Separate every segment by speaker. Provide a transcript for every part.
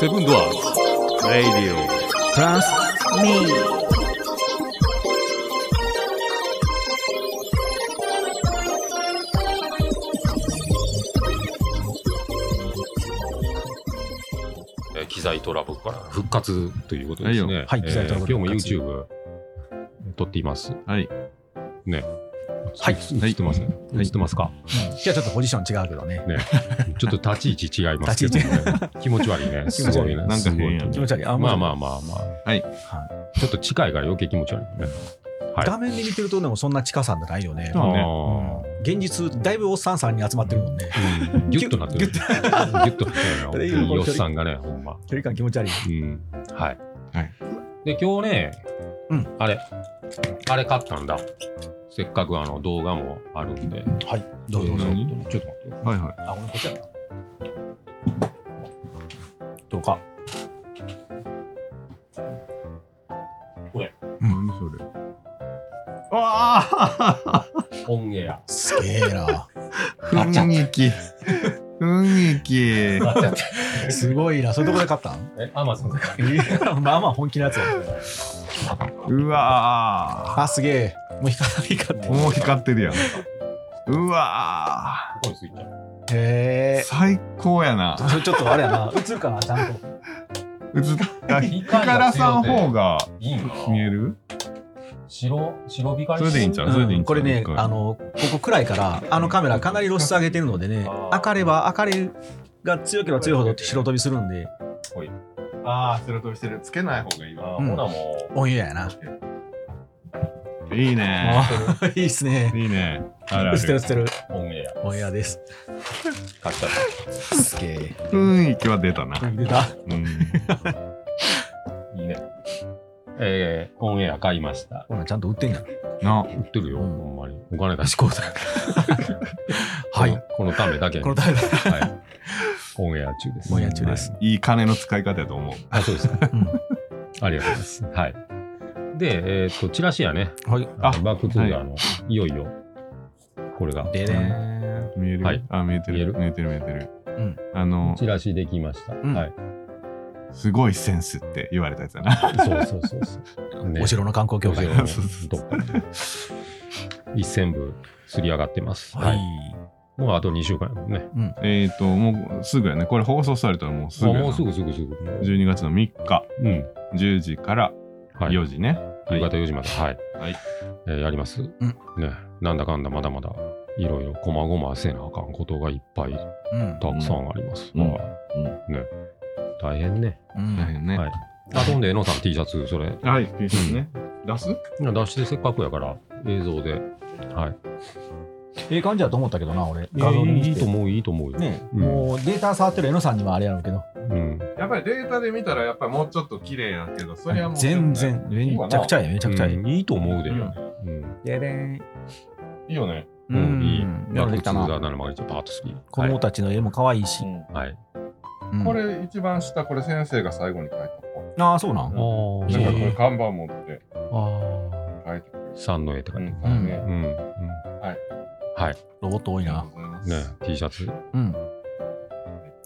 Speaker 1: セブンドアーズ、レイディオ、プラス、
Speaker 2: Me.
Speaker 1: えー機材トラブルから復活ということですね。
Speaker 3: はいはい
Speaker 1: えー
Speaker 3: 機材トラブル
Speaker 1: 今
Speaker 3: 復活
Speaker 1: 日も YouTube 撮っています。
Speaker 3: はい。
Speaker 1: ね。
Speaker 3: はい
Speaker 1: 映ってます。映ってますか。
Speaker 3: 今日はちょっとポジション違うけどね。
Speaker 1: ちょっと立ち位置違います けどね。 気持ち悪いね。すごいね。
Speaker 3: 気持ち悪いなんか変
Speaker 1: す
Speaker 3: や
Speaker 1: ごい
Speaker 3: 気持ち悪い。あ
Speaker 1: まあま
Speaker 3: あ、
Speaker 1: あまあま
Speaker 3: はい。
Speaker 1: あ。ちょっと近いから余計気持ち悪いね。はい
Speaker 2: 画面で見てるとでもそんな近さんじゃないよね。
Speaker 3: あ
Speaker 1: あ
Speaker 2: 現実、だいぶおっさんさんに集まってるもんね。
Speaker 1: あ。ギュッとなってる。ギ
Speaker 2: ギ
Speaker 1: ュ ッとな ってるね。
Speaker 2: ギュッと
Speaker 1: よっさんがね、ほんま。
Speaker 2: 距離感気持ち悪い。
Speaker 1: うん。はい。
Speaker 3: はい。
Speaker 1: で、今日ね、
Speaker 2: うん
Speaker 1: あれ、あれ買ったんだ。せっかくあの動画もあるんで。
Speaker 2: はい。どうぞどうぞ。
Speaker 3: 何
Speaker 1: ちょっと待ってよ。
Speaker 3: はいは
Speaker 2: あ、俺こっちやった。どうか。
Speaker 3: い。何それ。ああ
Speaker 1: オンエア。
Speaker 2: すげえ な。
Speaker 3: 雰囲気。雰囲気。
Speaker 2: すごいな。そういうとこで買っ たん
Speaker 1: え、アマゾンで買っ
Speaker 2: いやまあまあ本気のやつや。
Speaker 3: うわ
Speaker 2: あ、すげえ。もう光光って
Speaker 3: ーもう光ってるやん。うわ
Speaker 1: ここについちゃう。
Speaker 2: る。へ
Speaker 3: ー最高やな。
Speaker 2: え。それちょっとあれやな。映るかな、ちゃんと。
Speaker 3: うずあ、ひからさん方が
Speaker 1: いいんかな
Speaker 3: 見える
Speaker 1: 白、白光
Speaker 3: それでいいんちゃうそれでいいんちゃう
Speaker 2: これね
Speaker 3: 一、回
Speaker 2: あの、ここ暗いから、あのカメラかなり露出上げてるのでね、
Speaker 1: あ
Speaker 2: 明
Speaker 1: ー
Speaker 2: かれば明かりが強ければ強いほど白飛びするんで、
Speaker 3: ああ、白飛びしてる。つけない方がいい
Speaker 1: あ
Speaker 2: う
Speaker 1: ー
Speaker 2: ん
Speaker 1: ほなも
Speaker 2: オンエアやな。
Speaker 3: いいね。
Speaker 2: いいっすね。
Speaker 3: いいね。あるあ
Speaker 2: 映ってる映
Speaker 3: る
Speaker 2: ってる。
Speaker 1: う、オンエ
Speaker 2: オンエアです。
Speaker 1: ア買っちゃっ
Speaker 2: すげ
Speaker 3: 雰囲気は出たな。
Speaker 2: え。出た。
Speaker 3: うん。
Speaker 1: た。いいね。えー、オンエア買いました。
Speaker 2: ほら、ちゃんと売ってんじゃん。
Speaker 3: な。
Speaker 1: 売ってるよ、
Speaker 2: うん
Speaker 1: ほんまに。お金出しこうだ。
Speaker 2: はい
Speaker 1: この。このためだけに。
Speaker 2: このためだ
Speaker 1: はい。オンエア中です。
Speaker 2: オンエア中です
Speaker 3: いい金の使い方やと思う。
Speaker 1: あ、そうですか。
Speaker 2: うん
Speaker 1: ありがとうございます。はい。で、えっ、と、チラシやね。
Speaker 2: はい。
Speaker 3: あ
Speaker 1: あのバックトゥーザー
Speaker 3: は
Speaker 1: の、い、よいよ、これが、
Speaker 2: でね。
Speaker 3: 見える、
Speaker 1: はい
Speaker 3: あ、見えて
Speaker 1: 見え
Speaker 3: る。
Speaker 1: る
Speaker 3: 見えてる、見えてる。
Speaker 2: うん
Speaker 3: あの、
Speaker 1: チラシできました。
Speaker 2: ん
Speaker 1: はい。
Speaker 3: すごいセンスって言われたやつだな。
Speaker 1: そうそうそうそう。ね
Speaker 2: お城の観光協会。
Speaker 1: お
Speaker 3: そ
Speaker 1: 城
Speaker 3: う
Speaker 1: の
Speaker 3: そう
Speaker 1: どっかに 一千部すり上がってます。
Speaker 2: は
Speaker 1: はいい。。もうあと2週間やもんね。
Speaker 3: えっと、もうすぐやね。これ放送されたらもうすぐ
Speaker 1: あ
Speaker 3: やな。
Speaker 1: もうすぐすぐすぐ。
Speaker 3: 12月の3日、
Speaker 1: うん。
Speaker 3: 10時から
Speaker 1: はい。
Speaker 3: 4時ね。
Speaker 1: 夕方4時まで、はい。
Speaker 3: はい
Speaker 1: えーやります。
Speaker 2: ん
Speaker 1: ね。なんだかんだまだまだ、いろいろ、こまごませなあかんことがいっぱい、
Speaker 2: うん。
Speaker 1: たくさんあります。
Speaker 3: うん
Speaker 1: はい
Speaker 3: うん
Speaker 1: ね。大変ね。
Speaker 2: うん
Speaker 3: 大変ね。
Speaker 1: はい。あ、ほんで、えのさん T シャツ、それ、
Speaker 3: はい、ピースね。出す
Speaker 1: 出してせっかくやから、映像で。はい。
Speaker 2: ええ感じだと思ったけどな、俺。画像見に
Speaker 1: い
Speaker 2: し
Speaker 1: いと
Speaker 2: て。
Speaker 1: 思う、いいと思うよ。
Speaker 2: ね、
Speaker 1: うん
Speaker 2: もうデータ触ってる江野さんにはあれやろうけど、
Speaker 1: うん。
Speaker 3: やっぱりデータで見たら、やっぱりもうちょっと綺麗やけど、それはもう。
Speaker 2: 全然、めちゃくちゃいい、めちゃくちゃいい。
Speaker 1: うんいいと思うで。
Speaker 3: う
Speaker 1: うんん。
Speaker 2: ででん。
Speaker 3: いいよね。
Speaker 2: う
Speaker 1: うん、いい。
Speaker 2: ん。
Speaker 1: や
Speaker 2: やできた
Speaker 1: 普通
Speaker 2: な。
Speaker 1: だ7曲が一パート3。
Speaker 2: 子供たちの絵も可愛いし。
Speaker 1: はい。はい。
Speaker 2: うん
Speaker 3: これ一番下、これ先生が最後に書いた本。
Speaker 2: ああ、そうなん。
Speaker 1: あー
Speaker 3: なんかこ
Speaker 2: へ
Speaker 3: れ
Speaker 2: ー
Speaker 3: 看板持って
Speaker 1: あ
Speaker 3: 書いてくれる
Speaker 1: ー。3の絵とかね。
Speaker 3: うん
Speaker 1: う
Speaker 3: ね
Speaker 1: ん。うん。
Speaker 3: はい。
Speaker 1: はい。
Speaker 2: ロボット多いな。
Speaker 1: ね、T シャツ。
Speaker 2: うん。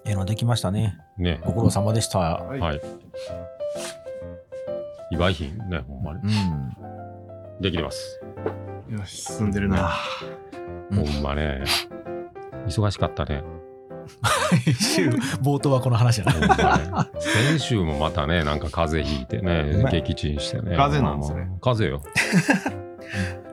Speaker 2: ええのできましたね。
Speaker 1: ね。
Speaker 2: ご苦労様でした。
Speaker 3: はい
Speaker 1: はい。祝い品ね、ほんまに。
Speaker 2: うん。
Speaker 1: できてます。
Speaker 3: よし、進んでるな。
Speaker 1: ほんまね。忙しかったね。
Speaker 2: 週、冒頭はこの話やな。
Speaker 1: ほんまね先週もまたね、なんか風邪ひいてね
Speaker 2: ほん、まや
Speaker 1: 撃沈してね。
Speaker 3: 風邪なんですね
Speaker 1: まあまあ。風邪よ。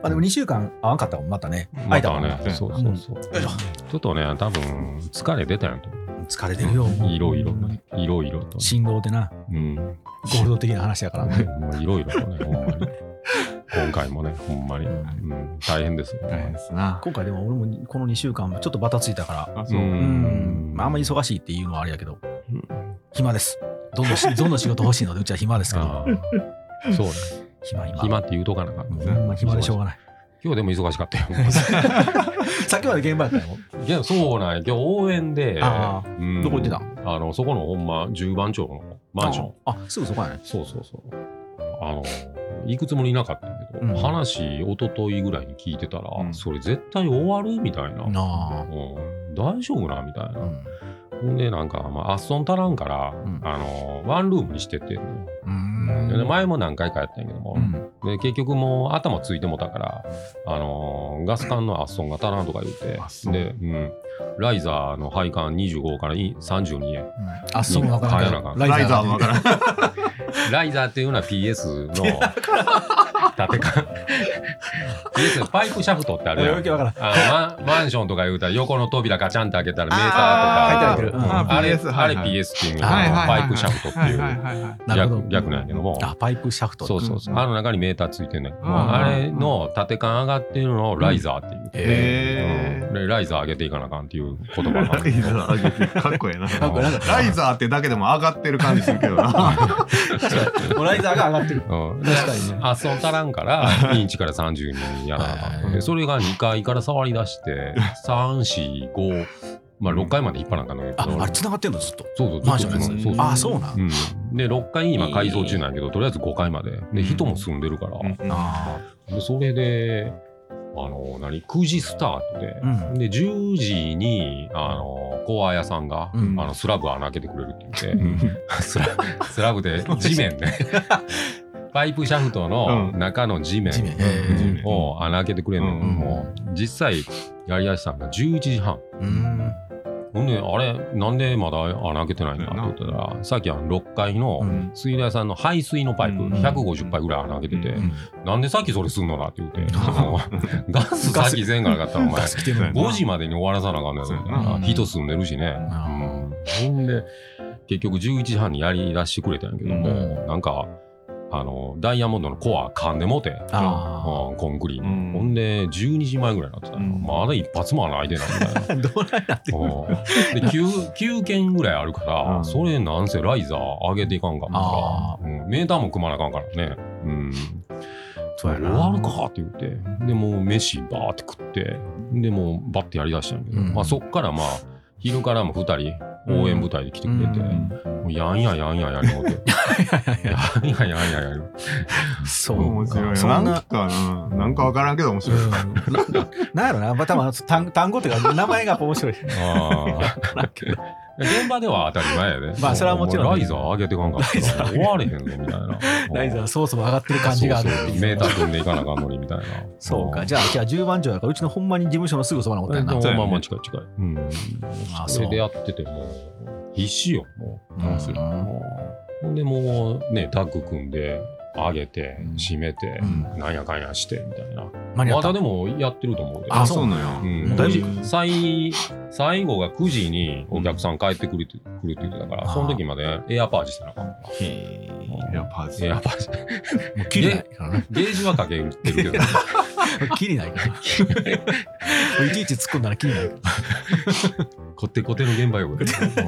Speaker 2: まあでも2週間会わんかったもん、またね。会
Speaker 1: ま
Speaker 2: えた
Speaker 1: た
Speaker 2: もんな。
Speaker 1: ね、そうそうそう。
Speaker 2: よいしょ
Speaker 1: ちょっとね、多分疲れ出たんやと思
Speaker 2: 疲れてるよ、も
Speaker 1: う。
Speaker 2: う。
Speaker 1: いろいろ、いろいろと。
Speaker 2: 信号でな、
Speaker 1: うん。
Speaker 2: ゴールド的な話やからね。
Speaker 1: まあいろいろとね、ほんまに。今回もね、ほんまに。うん、大変ですよ。
Speaker 3: 大変ですな。
Speaker 2: 今回でも俺もこの2週間、ちょっとバタついたから、
Speaker 3: あ、
Speaker 1: う
Speaker 3: そう。
Speaker 2: うんん。。まああんまり忙しいっていうのはあれやけど、暇です。どんど んし、どんどん仕事欲しいので、うちは暇ですけど、
Speaker 1: ああ。そうね。
Speaker 2: 暇今。
Speaker 1: 暇って言うとかなあかん
Speaker 2: もうほんま暇でしょうがない。
Speaker 1: 今日でも忙しかったよ。
Speaker 2: さっきまで現場やったよ。
Speaker 1: いや、そうなんや。今日応援で。
Speaker 2: あ
Speaker 1: うん
Speaker 2: どこ行ってた
Speaker 1: あの、そこのほんま、十番町のマンション。
Speaker 2: あ、すぐそこやね。
Speaker 1: そうそうそう。あの、行くつもりなかったんやけど、
Speaker 2: うん
Speaker 1: 話、一昨日ぐらいに聞いてたら、
Speaker 3: うん
Speaker 1: それ絶対終わるみたいな。
Speaker 2: なあ。
Speaker 1: うん大丈夫なみたいな。
Speaker 2: うん
Speaker 1: ほんで、なんか、まあ、あっそん足らんから、
Speaker 2: ん
Speaker 1: あの、ワンルームにしてってんのよ、
Speaker 2: うん
Speaker 1: で前も何回かやったんやけども、
Speaker 2: うん
Speaker 1: で結局もう頭ついてもたから、あのーガス管の圧損が足らんとか言って
Speaker 2: あそう
Speaker 1: で、うん、ライザーの配管25からい32へ
Speaker 2: あそうわか
Speaker 1: 変えなん
Speaker 2: ら
Speaker 1: あか
Speaker 2: か
Speaker 1: ん
Speaker 3: ライザーもわから
Speaker 2: ん
Speaker 3: ん。
Speaker 1: ライザーっていうのは PS の立てか PS のパイプシャフトってあるやん
Speaker 2: わけわからん
Speaker 1: あのマンマンションとか言うたら横の扉ガチャンって開けたらメーターとか
Speaker 2: あー書いてあるうん
Speaker 1: あれ
Speaker 3: PS
Speaker 1: あれ
Speaker 3: はいはい
Speaker 1: PS っていうの
Speaker 3: はいはいはい
Speaker 1: パイプシャフトっていう。
Speaker 3: はいはいはいはい
Speaker 2: なるほど
Speaker 1: 逆逆なんやけども
Speaker 2: あパイプシャフト
Speaker 1: そうそうそう、
Speaker 3: うん
Speaker 1: あの中にメーターついてんねんけど
Speaker 3: うん
Speaker 1: もうあれの縦感上がってるのをライザーっていう、
Speaker 3: へ
Speaker 1: うんでライザー上げていかなあかんっていう言葉があ
Speaker 3: ラ
Speaker 1: る
Speaker 3: イザー上げてかっこええな。
Speaker 2: なんかなんか
Speaker 3: ライザーってだけでも上がってる感じするけどな。
Speaker 2: モライザーが上がってる
Speaker 1: うん、で
Speaker 2: 確かにね
Speaker 1: あそう足らん からインチから30人やらなあかん
Speaker 2: は
Speaker 1: で
Speaker 2: い
Speaker 1: それが2階から触り出して345まあ6階まで引っ張らんかんだけど、
Speaker 2: ああれ繋がってんのずっと
Speaker 1: そうそう
Speaker 2: マンションのやつ
Speaker 1: ずっとそうそう
Speaker 2: あそうなん
Speaker 1: うん、で6階今改造中なんやけどとりあえず5階までで人も住んでるから、
Speaker 2: あ
Speaker 1: でそれであの何9時スタートで、
Speaker 2: うん
Speaker 1: で10時にあのコア屋さんが、
Speaker 2: うん
Speaker 1: あのスラブ穴開けてくれるって言って、
Speaker 3: ん
Speaker 1: スラスラブで地面 ねパイプシャフトの中の地
Speaker 2: あ
Speaker 1: 面
Speaker 2: 地面
Speaker 3: 地面
Speaker 1: を穴開けてくれるの、
Speaker 3: うん
Speaker 1: もう実際やりだしたのが11時半
Speaker 2: うん
Speaker 1: ほんであれなんでまだ穴開けてないんだって言ったらさっきあの6階の
Speaker 2: うん
Speaker 1: 水道屋さんの排水のパイプ、
Speaker 3: うん
Speaker 1: 150杯ぐらい穴開けてて、
Speaker 3: うん
Speaker 1: なんでさっきそれすんのなって言うて、
Speaker 2: あ
Speaker 1: もうガスさっき全からかったらお前
Speaker 2: ガ、ス来てる
Speaker 3: ゴ
Speaker 1: 5時までに終わらさなあかんの
Speaker 3: そうや
Speaker 1: よ、
Speaker 2: な
Speaker 1: 人住んでるしね。
Speaker 2: あ
Speaker 1: うんほんで、結局11時半にやり出してくれたんやけども、
Speaker 2: う
Speaker 1: なんか、あの、ダイヤモンドのコア噛んでもて、
Speaker 2: あ
Speaker 1: うんコンクリート。
Speaker 3: うん
Speaker 1: ほんで、12時前ぐらいになってたの
Speaker 3: うん
Speaker 1: まだ一発も穴開いてないみたいな。
Speaker 2: ーどうなんやってんの
Speaker 1: うんで 9, 9件ぐらいあるから、
Speaker 3: うん
Speaker 1: それなんせライザー上げていかんかった
Speaker 2: あ
Speaker 1: ら、うんメーターも組まなあかんからね、うん、
Speaker 2: そうや
Speaker 1: 終
Speaker 2: な
Speaker 1: わるかって言ってでもう飯バーって食ってでもうバッてやりだしたんやけど、
Speaker 2: うん
Speaker 1: まあ、そっからまあ昼からも2人応援部隊で来てくれて、
Speaker 2: うん
Speaker 1: もうやんややんややりもってやんやや んややり
Speaker 2: そう
Speaker 3: 面白い
Speaker 2: そ
Speaker 3: なんん
Speaker 2: な
Speaker 3: かな、なんかわからんけど面白い。
Speaker 2: うんななんやろな、まあ、多分あの単単語っていうか名前がこう面白い。
Speaker 1: あー 現場では当たり前やで。
Speaker 2: まあそれはもちろんね
Speaker 1: うライザー上げてかんかったら終われへんぞみたいな。
Speaker 2: ライザーそもそも上がってる感じがあるって
Speaker 1: そう
Speaker 2: い
Speaker 1: そう
Speaker 2: う。
Speaker 1: メーター組んでいかなあかんのにみたいな
Speaker 2: そうか、じゃあ、じゃあ10番町だから、うちのほんまに事務所のすぐそばのこ
Speaker 1: あ
Speaker 2: とや
Speaker 1: で
Speaker 2: な。
Speaker 1: も
Speaker 3: そうやね
Speaker 1: まあまあ近い近いうん
Speaker 2: あ
Speaker 1: それで
Speaker 2: う
Speaker 1: やっててもう必死よもう
Speaker 2: うん
Speaker 1: するもうほんでもうねタッグ組んで上げて
Speaker 2: うん
Speaker 1: 締めて
Speaker 2: う
Speaker 1: なんやかんやしてみたいな
Speaker 2: 間に合
Speaker 1: ま
Speaker 2: った
Speaker 1: たでもやってると思うで
Speaker 2: あそう
Speaker 3: なんや
Speaker 1: うん
Speaker 2: 大丈
Speaker 3: 夫
Speaker 1: 最最後が9時にお客さん帰ってくるってくるって言ってたか
Speaker 2: あ
Speaker 1: ら
Speaker 2: ー
Speaker 1: その時までエアパージしてなあかんから
Speaker 3: いや、パズ
Speaker 1: エ
Speaker 3: ル。
Speaker 1: アパージ
Speaker 2: もう、きりないからね。
Speaker 1: ゲージはかけるってるけど
Speaker 2: きりないから。もういちいち突っ込んだらきりないから。
Speaker 1: コテコテの現 場よ、これ。うんだか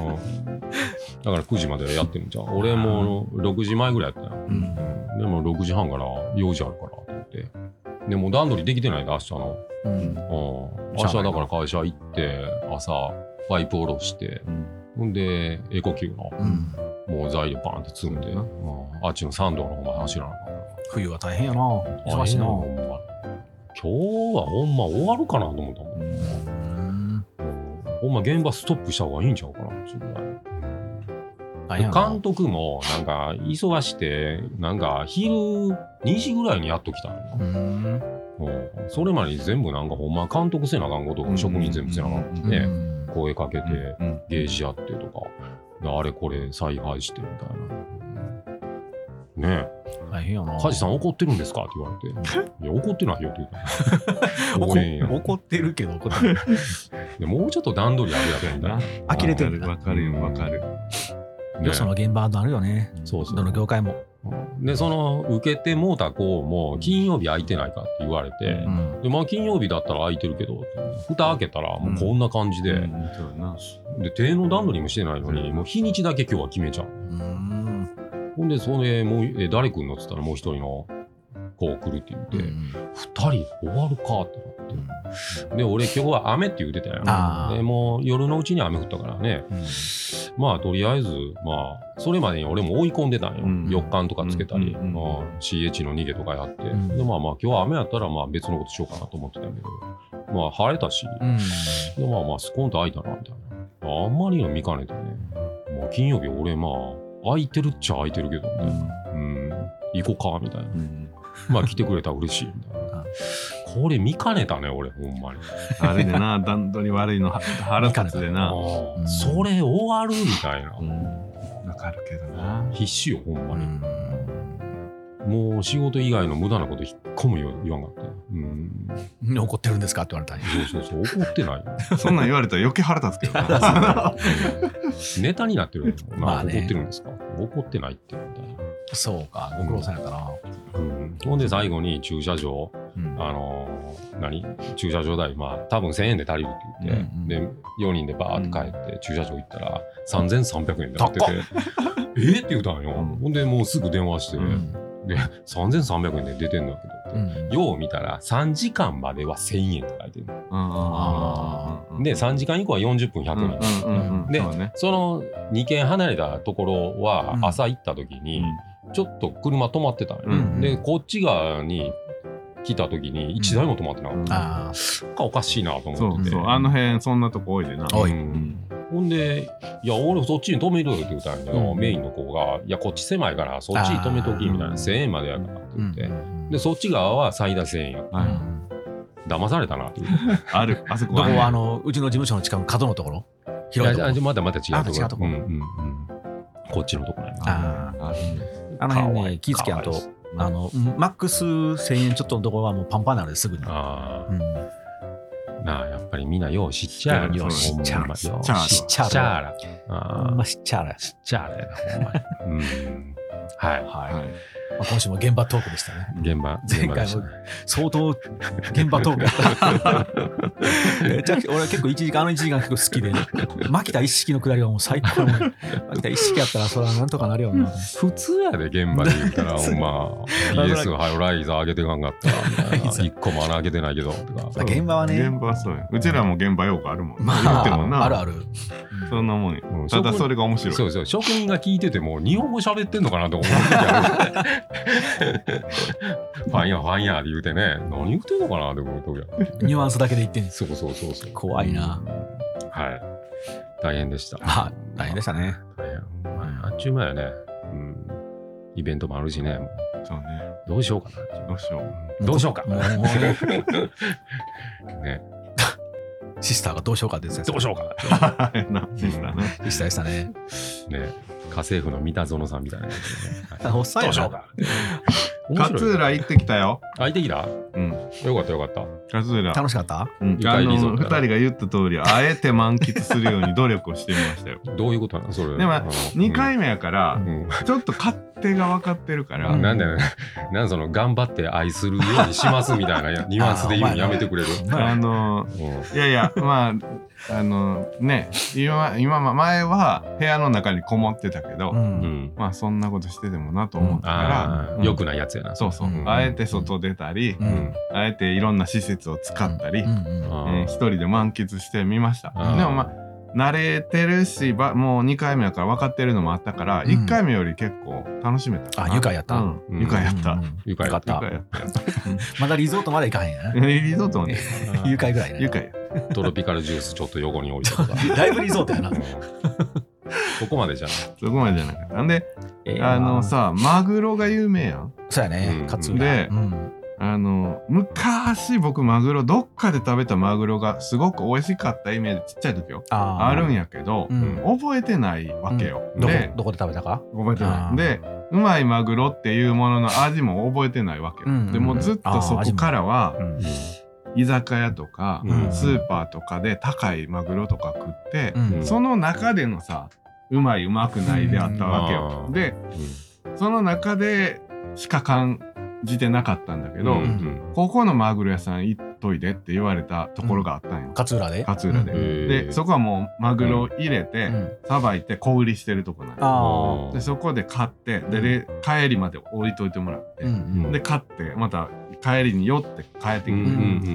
Speaker 1: ら9時までやってるんじゃん。俺も6時前ぐらいやったよ。
Speaker 2: うん
Speaker 1: でも6時半から用事あるからと思って。でもう段取りできてないで、明日の。
Speaker 2: うん
Speaker 1: うん
Speaker 2: し
Speaker 1: 明
Speaker 2: ゃあ
Speaker 1: 日
Speaker 2: ないな
Speaker 1: だから会社行って、朝、パイプ下ろして、ほんで、エコ級の、
Speaker 2: うん
Speaker 1: もう材料バーンって積んで、
Speaker 3: う
Speaker 1: う
Speaker 3: ん
Speaker 1: んあっちの参道の方まで走らなあかん
Speaker 2: 冬は大変やな。
Speaker 1: から。
Speaker 2: 忙しいな。
Speaker 1: ほんま今日はほんま終わるかなと思ったもん。
Speaker 2: うん
Speaker 1: うんほんま現場ストップした方がいいんちゃうかな、それぐらい。
Speaker 2: 大変やな
Speaker 1: 監。督もなんか忙してなんか昼2時ぐらいにやっときたのよ
Speaker 2: うん
Speaker 1: うんそれまでに全部なんかほんま監督せなあかんこと
Speaker 3: うん
Speaker 1: 職人全部せなあかんことね、
Speaker 2: うん
Speaker 1: 声かけて
Speaker 3: うん
Speaker 1: ゲージやってとかであれこれ采配してみたいな。ねえ
Speaker 2: 大変やな。
Speaker 1: 梶さん怒ってるんですか?」って言われ て「いや怒ってないよ」って言う
Speaker 2: 怒
Speaker 1: てえんやん
Speaker 2: 怒ってるけど、怒ってない
Speaker 1: でもうちょっと段取りあるやつみたいな
Speaker 2: 呆れてる
Speaker 3: わかるよ、わかる。
Speaker 1: ね
Speaker 2: よその現場のあるよね。
Speaker 1: そうそう
Speaker 2: どの業界も。
Speaker 1: でその受けてもうた子も金曜日空いてないかって言われて、
Speaker 2: うん
Speaker 1: でまあ金曜日だったら空いてるけど蓋開けたらもうこんな感じで、
Speaker 3: うんそうやな
Speaker 1: で定の段取りもしてないのに、もう日にちだけ今日は決めちゃう
Speaker 2: うん
Speaker 1: ほんでそれもうえ誰来んのっつったらもう一人の子来るって言って、
Speaker 2: う
Speaker 1: 二
Speaker 2: ん
Speaker 1: 人終わるかってなってで俺今日は雨って言ってたや
Speaker 2: あ
Speaker 1: ん
Speaker 2: ー
Speaker 1: でもう夜のうちに雨降ったからね
Speaker 2: うん
Speaker 1: まあとりあえずまあそれまでに俺も追い込んでたんよ、
Speaker 3: うん
Speaker 1: 4日とかつけたり、
Speaker 3: うんうんうん
Speaker 1: まあ CH の逃げとかやって、
Speaker 2: ん
Speaker 1: でまあまあ今日は雨やったらまあ別のことしようかなと思ってたんやけどまあ晴れたし、
Speaker 2: うん。
Speaker 1: でまあまあスコーンと空いたなみたいなあんまりにも見かねてね、まあ、金曜日俺まあ空いてるっちゃ空いてるけどみたいなうん行こうかみたいな
Speaker 3: うん
Speaker 1: まあ来てくれたら嬉しいみた いなこれ見かねたね俺ほんまに
Speaker 3: 悪いでな、段取り悪いのは腹立つで
Speaker 1: あ
Speaker 3: な。
Speaker 1: ー
Speaker 2: うん
Speaker 1: それ終わるみたいな
Speaker 3: うんわかるけどな。
Speaker 1: 必死よほん
Speaker 2: う
Speaker 1: まに、
Speaker 2: ん
Speaker 1: もう仕事以外の無駄なこと一個も言わ言わんかったようん
Speaker 2: うん怒ってるんですかって言われたんや。
Speaker 1: そうそうそう怒って ないよ
Speaker 3: そんなん言われたら余計腹立つけどな。
Speaker 1: ネタになってるよ、
Speaker 2: ま
Speaker 1: な
Speaker 2: あね
Speaker 1: 怒ってるんですか怒ってないってみたいな
Speaker 2: そうか、ご苦労さんやったな。
Speaker 1: うんほんで最後に駐車場、
Speaker 2: うん
Speaker 1: あのー何駐車場代、まあ多分1000円で足りるって言って、で4人でバーって帰って駐車場行ったら3300円でなってて、えっって言うたんよ、
Speaker 3: うん
Speaker 1: ほんでもうすぐ電話して、
Speaker 2: うん
Speaker 1: で3300円で出てんだけど、
Speaker 2: うん
Speaker 1: よう見たら3時間までは1000円って書いてるの、
Speaker 2: あ
Speaker 1: で3時間以降は40分100人、で
Speaker 3: そうね
Speaker 1: その2軒離れたところは
Speaker 2: うん
Speaker 1: 朝行った時にちょっと車止まってたんよ、
Speaker 3: うん
Speaker 2: うん
Speaker 1: でこっち側に来た時に1台も止まってなかった、
Speaker 2: ああ、
Speaker 1: なんかおかしいなと
Speaker 3: そ
Speaker 1: 思って
Speaker 3: う
Speaker 1: て
Speaker 3: そう、あの辺そんなとこ多いでな。
Speaker 2: 多い
Speaker 1: うんほんで「いや俺そっちに止めろよ」って言ったんやけど、
Speaker 2: うん
Speaker 1: メインの子が「いやこっち狭いからそっちに止めとき」みたい
Speaker 2: あー
Speaker 1: な「1000円までやから」って
Speaker 2: う
Speaker 1: 言っ
Speaker 2: ん
Speaker 1: て、でそっち側は最大1000円や
Speaker 2: う
Speaker 3: はい
Speaker 2: ん
Speaker 1: 騙されたな っていう
Speaker 3: ある、あそ
Speaker 2: ど
Speaker 3: こ
Speaker 2: こ
Speaker 3: はね
Speaker 2: はあのうちの事務所の近くの角のところ
Speaker 1: い
Speaker 2: 広いと
Speaker 1: や
Speaker 2: こ
Speaker 1: あじゃあまだまだ違うとこ
Speaker 2: あ違うとこ
Speaker 1: うんうんうんこっちのとこなんやな
Speaker 2: あ
Speaker 3: ある
Speaker 2: あの辺
Speaker 1: かわい
Speaker 2: ね
Speaker 1: い
Speaker 2: 気ぃつけやん
Speaker 1: か
Speaker 2: と
Speaker 1: わいい
Speaker 2: あのうんマックス1000円ちょっとのところはもうパンパンなのですぐに、
Speaker 1: あ
Speaker 2: うん、
Speaker 1: ーなあやっぱりみんなよう知っちゃう
Speaker 3: よう
Speaker 2: 知っちゃう
Speaker 1: ほんまよう
Speaker 3: チャーラ
Speaker 2: しっち
Speaker 1: チ
Speaker 2: ゃ
Speaker 1: ャ
Speaker 2: う
Speaker 1: ーラ
Speaker 2: ほん
Speaker 1: あ
Speaker 2: ま
Speaker 1: ー
Speaker 2: しっちゃうら
Speaker 1: チャーラやなほんまにうんはい
Speaker 2: はい、
Speaker 3: は
Speaker 2: ま
Speaker 3: い
Speaker 2: あ、今週も現場トークでしたね
Speaker 1: 現場
Speaker 2: 前
Speaker 1: 現場
Speaker 2: 回
Speaker 1: でした
Speaker 2: も
Speaker 1: ね
Speaker 2: 相当現場トークだっためちゃくちゃ俺は結構1時間あの1時間結構好きで牧田一色のくだりはもう最高牧田一色やったらそれはなんとかなるよな
Speaker 1: 普通やで現場で言ったらほんま BS はよライザー上げてかんかった
Speaker 2: ライザー
Speaker 1: 1個も穴開けてないけどとか
Speaker 2: あ現場はね
Speaker 3: 現場はそうようちらも現場よくあるもん。
Speaker 2: ま
Speaker 3: 言うても
Speaker 2: あ
Speaker 3: な
Speaker 2: あるある
Speaker 3: そんなもんよ
Speaker 1: うん
Speaker 3: ただそれが面白い。
Speaker 1: そうそう職人が聞いてても日本語喋ってんのかなと思う時 あるファンやファンやって言うてね何言うてんのかなって思う時ある
Speaker 2: ニュアンスだけで言ってんです
Speaker 1: そうそうそうそう
Speaker 2: 怖いな
Speaker 1: はい大変でした
Speaker 2: あ大変でしたね
Speaker 1: 大変ほんまにあっちゅう間やねうんイベントもあるしねもう
Speaker 3: そうね。
Speaker 1: どうしようか
Speaker 3: どうしよう。
Speaker 1: などうしようか
Speaker 2: ももね
Speaker 1: ね
Speaker 2: シスターがどうしようかって言ってた
Speaker 1: どう
Speaker 2: やつ
Speaker 1: しようか
Speaker 3: はいな、シスターね。
Speaker 2: でしたでしたね。
Speaker 1: ね家政婦の三田園さんみたいなやつね、はい
Speaker 2: おっさん
Speaker 1: ど
Speaker 2: や
Speaker 1: うしよう
Speaker 2: な。
Speaker 1: か面
Speaker 3: 勝
Speaker 1: 白い
Speaker 3: 浦行ってきたよ。
Speaker 1: あいてきた
Speaker 3: うん。
Speaker 1: よかったよかった
Speaker 3: 勝浦。
Speaker 2: 楽しかった
Speaker 3: うん
Speaker 1: ゆか
Speaker 3: あ
Speaker 1: りリゾ
Speaker 3: の
Speaker 1: ー
Speaker 3: 二
Speaker 1: ト
Speaker 3: 人
Speaker 1: だ
Speaker 3: が言った通り、あえて満喫するように努力をしてみまし たよ。
Speaker 1: どういうことなのそれ
Speaker 3: でも
Speaker 1: あの
Speaker 3: 2回目やから、
Speaker 1: うん
Speaker 3: ちょっと勝手が分かってるから、
Speaker 2: う。
Speaker 1: なんだよね、なんその頑張って愛するようにしますみたいなニュアンスで言うのやめてくれる。
Speaker 3: あの
Speaker 1: うん
Speaker 3: いやいやまああのね今今前は部屋の中にこもってたけど、
Speaker 1: うんん、
Speaker 3: まあそんなことしててもなと思ったか
Speaker 1: あ
Speaker 3: ら、
Speaker 1: あ、
Speaker 3: うん
Speaker 1: 良くないやつやな。
Speaker 3: そうそう、
Speaker 2: うん
Speaker 3: あえて外出たり、
Speaker 2: う
Speaker 1: うんん。
Speaker 3: あえていろんな施設を使ったり、
Speaker 2: うんうん
Speaker 1: あ
Speaker 3: うん一人で満喫してみました、
Speaker 1: あー
Speaker 3: でもまあ慣れてるしばもう2回目やから分かってるのもあったから、
Speaker 2: うん
Speaker 3: 一1回目より結構楽しめたかな
Speaker 2: あ愉快やった
Speaker 3: うん
Speaker 1: うん
Speaker 3: 愉快やった、
Speaker 2: うん
Speaker 3: 愉
Speaker 2: うん
Speaker 1: 愉快
Speaker 2: よかった
Speaker 3: 快。やった
Speaker 2: まだリゾートまで行かへんやな。
Speaker 3: リゾートもね、
Speaker 2: 愉快ぐらい
Speaker 3: 愉
Speaker 2: ね。
Speaker 3: 快。
Speaker 1: うんトロピカルジュースちょっと横に置いてとか。
Speaker 2: だいぶリゾートやな
Speaker 1: う。んそこまでじゃない。
Speaker 3: そこまでじゃなかった。んで、
Speaker 2: ええ
Speaker 3: あの、さ、マグロが有名やん。
Speaker 2: そうや
Speaker 1: う
Speaker 2: ね。
Speaker 1: ん
Speaker 2: カツオ
Speaker 3: で
Speaker 2: うん
Speaker 3: あの、昔僕マグロ、どっかで食べたマグロがすごく美味しかったイメージ、ちっちゃい時よ。
Speaker 2: あ
Speaker 3: あるん
Speaker 2: や。
Speaker 3: やけど
Speaker 2: う、ん
Speaker 3: 覚えてないわけよ。
Speaker 1: うん
Speaker 2: どこ
Speaker 3: で、
Speaker 2: どこで食べたか
Speaker 3: 覚えて
Speaker 2: あ
Speaker 3: な
Speaker 2: ー
Speaker 3: い。で、うまいマグロっていうものの味も覚えてないわけ
Speaker 2: うんうんう
Speaker 3: よ。
Speaker 2: ん
Speaker 3: でもうずっとそこからは
Speaker 2: う、ん
Speaker 3: 居酒屋とか
Speaker 1: う、ん
Speaker 3: スーパーとかで高いマグロとか食って
Speaker 2: う、ん
Speaker 3: その中でのさ、うまいうまくないであったわけよ。
Speaker 1: うん
Speaker 3: で、その中でしか感じてなかったんだけど、
Speaker 1: うんうん
Speaker 3: ここのマグロ屋さん行っといでって言われたところがあったんよ、
Speaker 2: 勝浦で
Speaker 3: 勝浦で。
Speaker 1: うん
Speaker 3: でそこはもうマグロを入れ
Speaker 2: う
Speaker 3: て
Speaker 2: ん
Speaker 3: さばいて小売りしてるとこなんよ。
Speaker 2: あ
Speaker 3: でそこで買ってでで帰りまで置いといてもらって、
Speaker 2: あ。うん
Speaker 1: うん
Speaker 3: で買ってまた帰りに寄って帰ってきて、
Speaker 1: うんう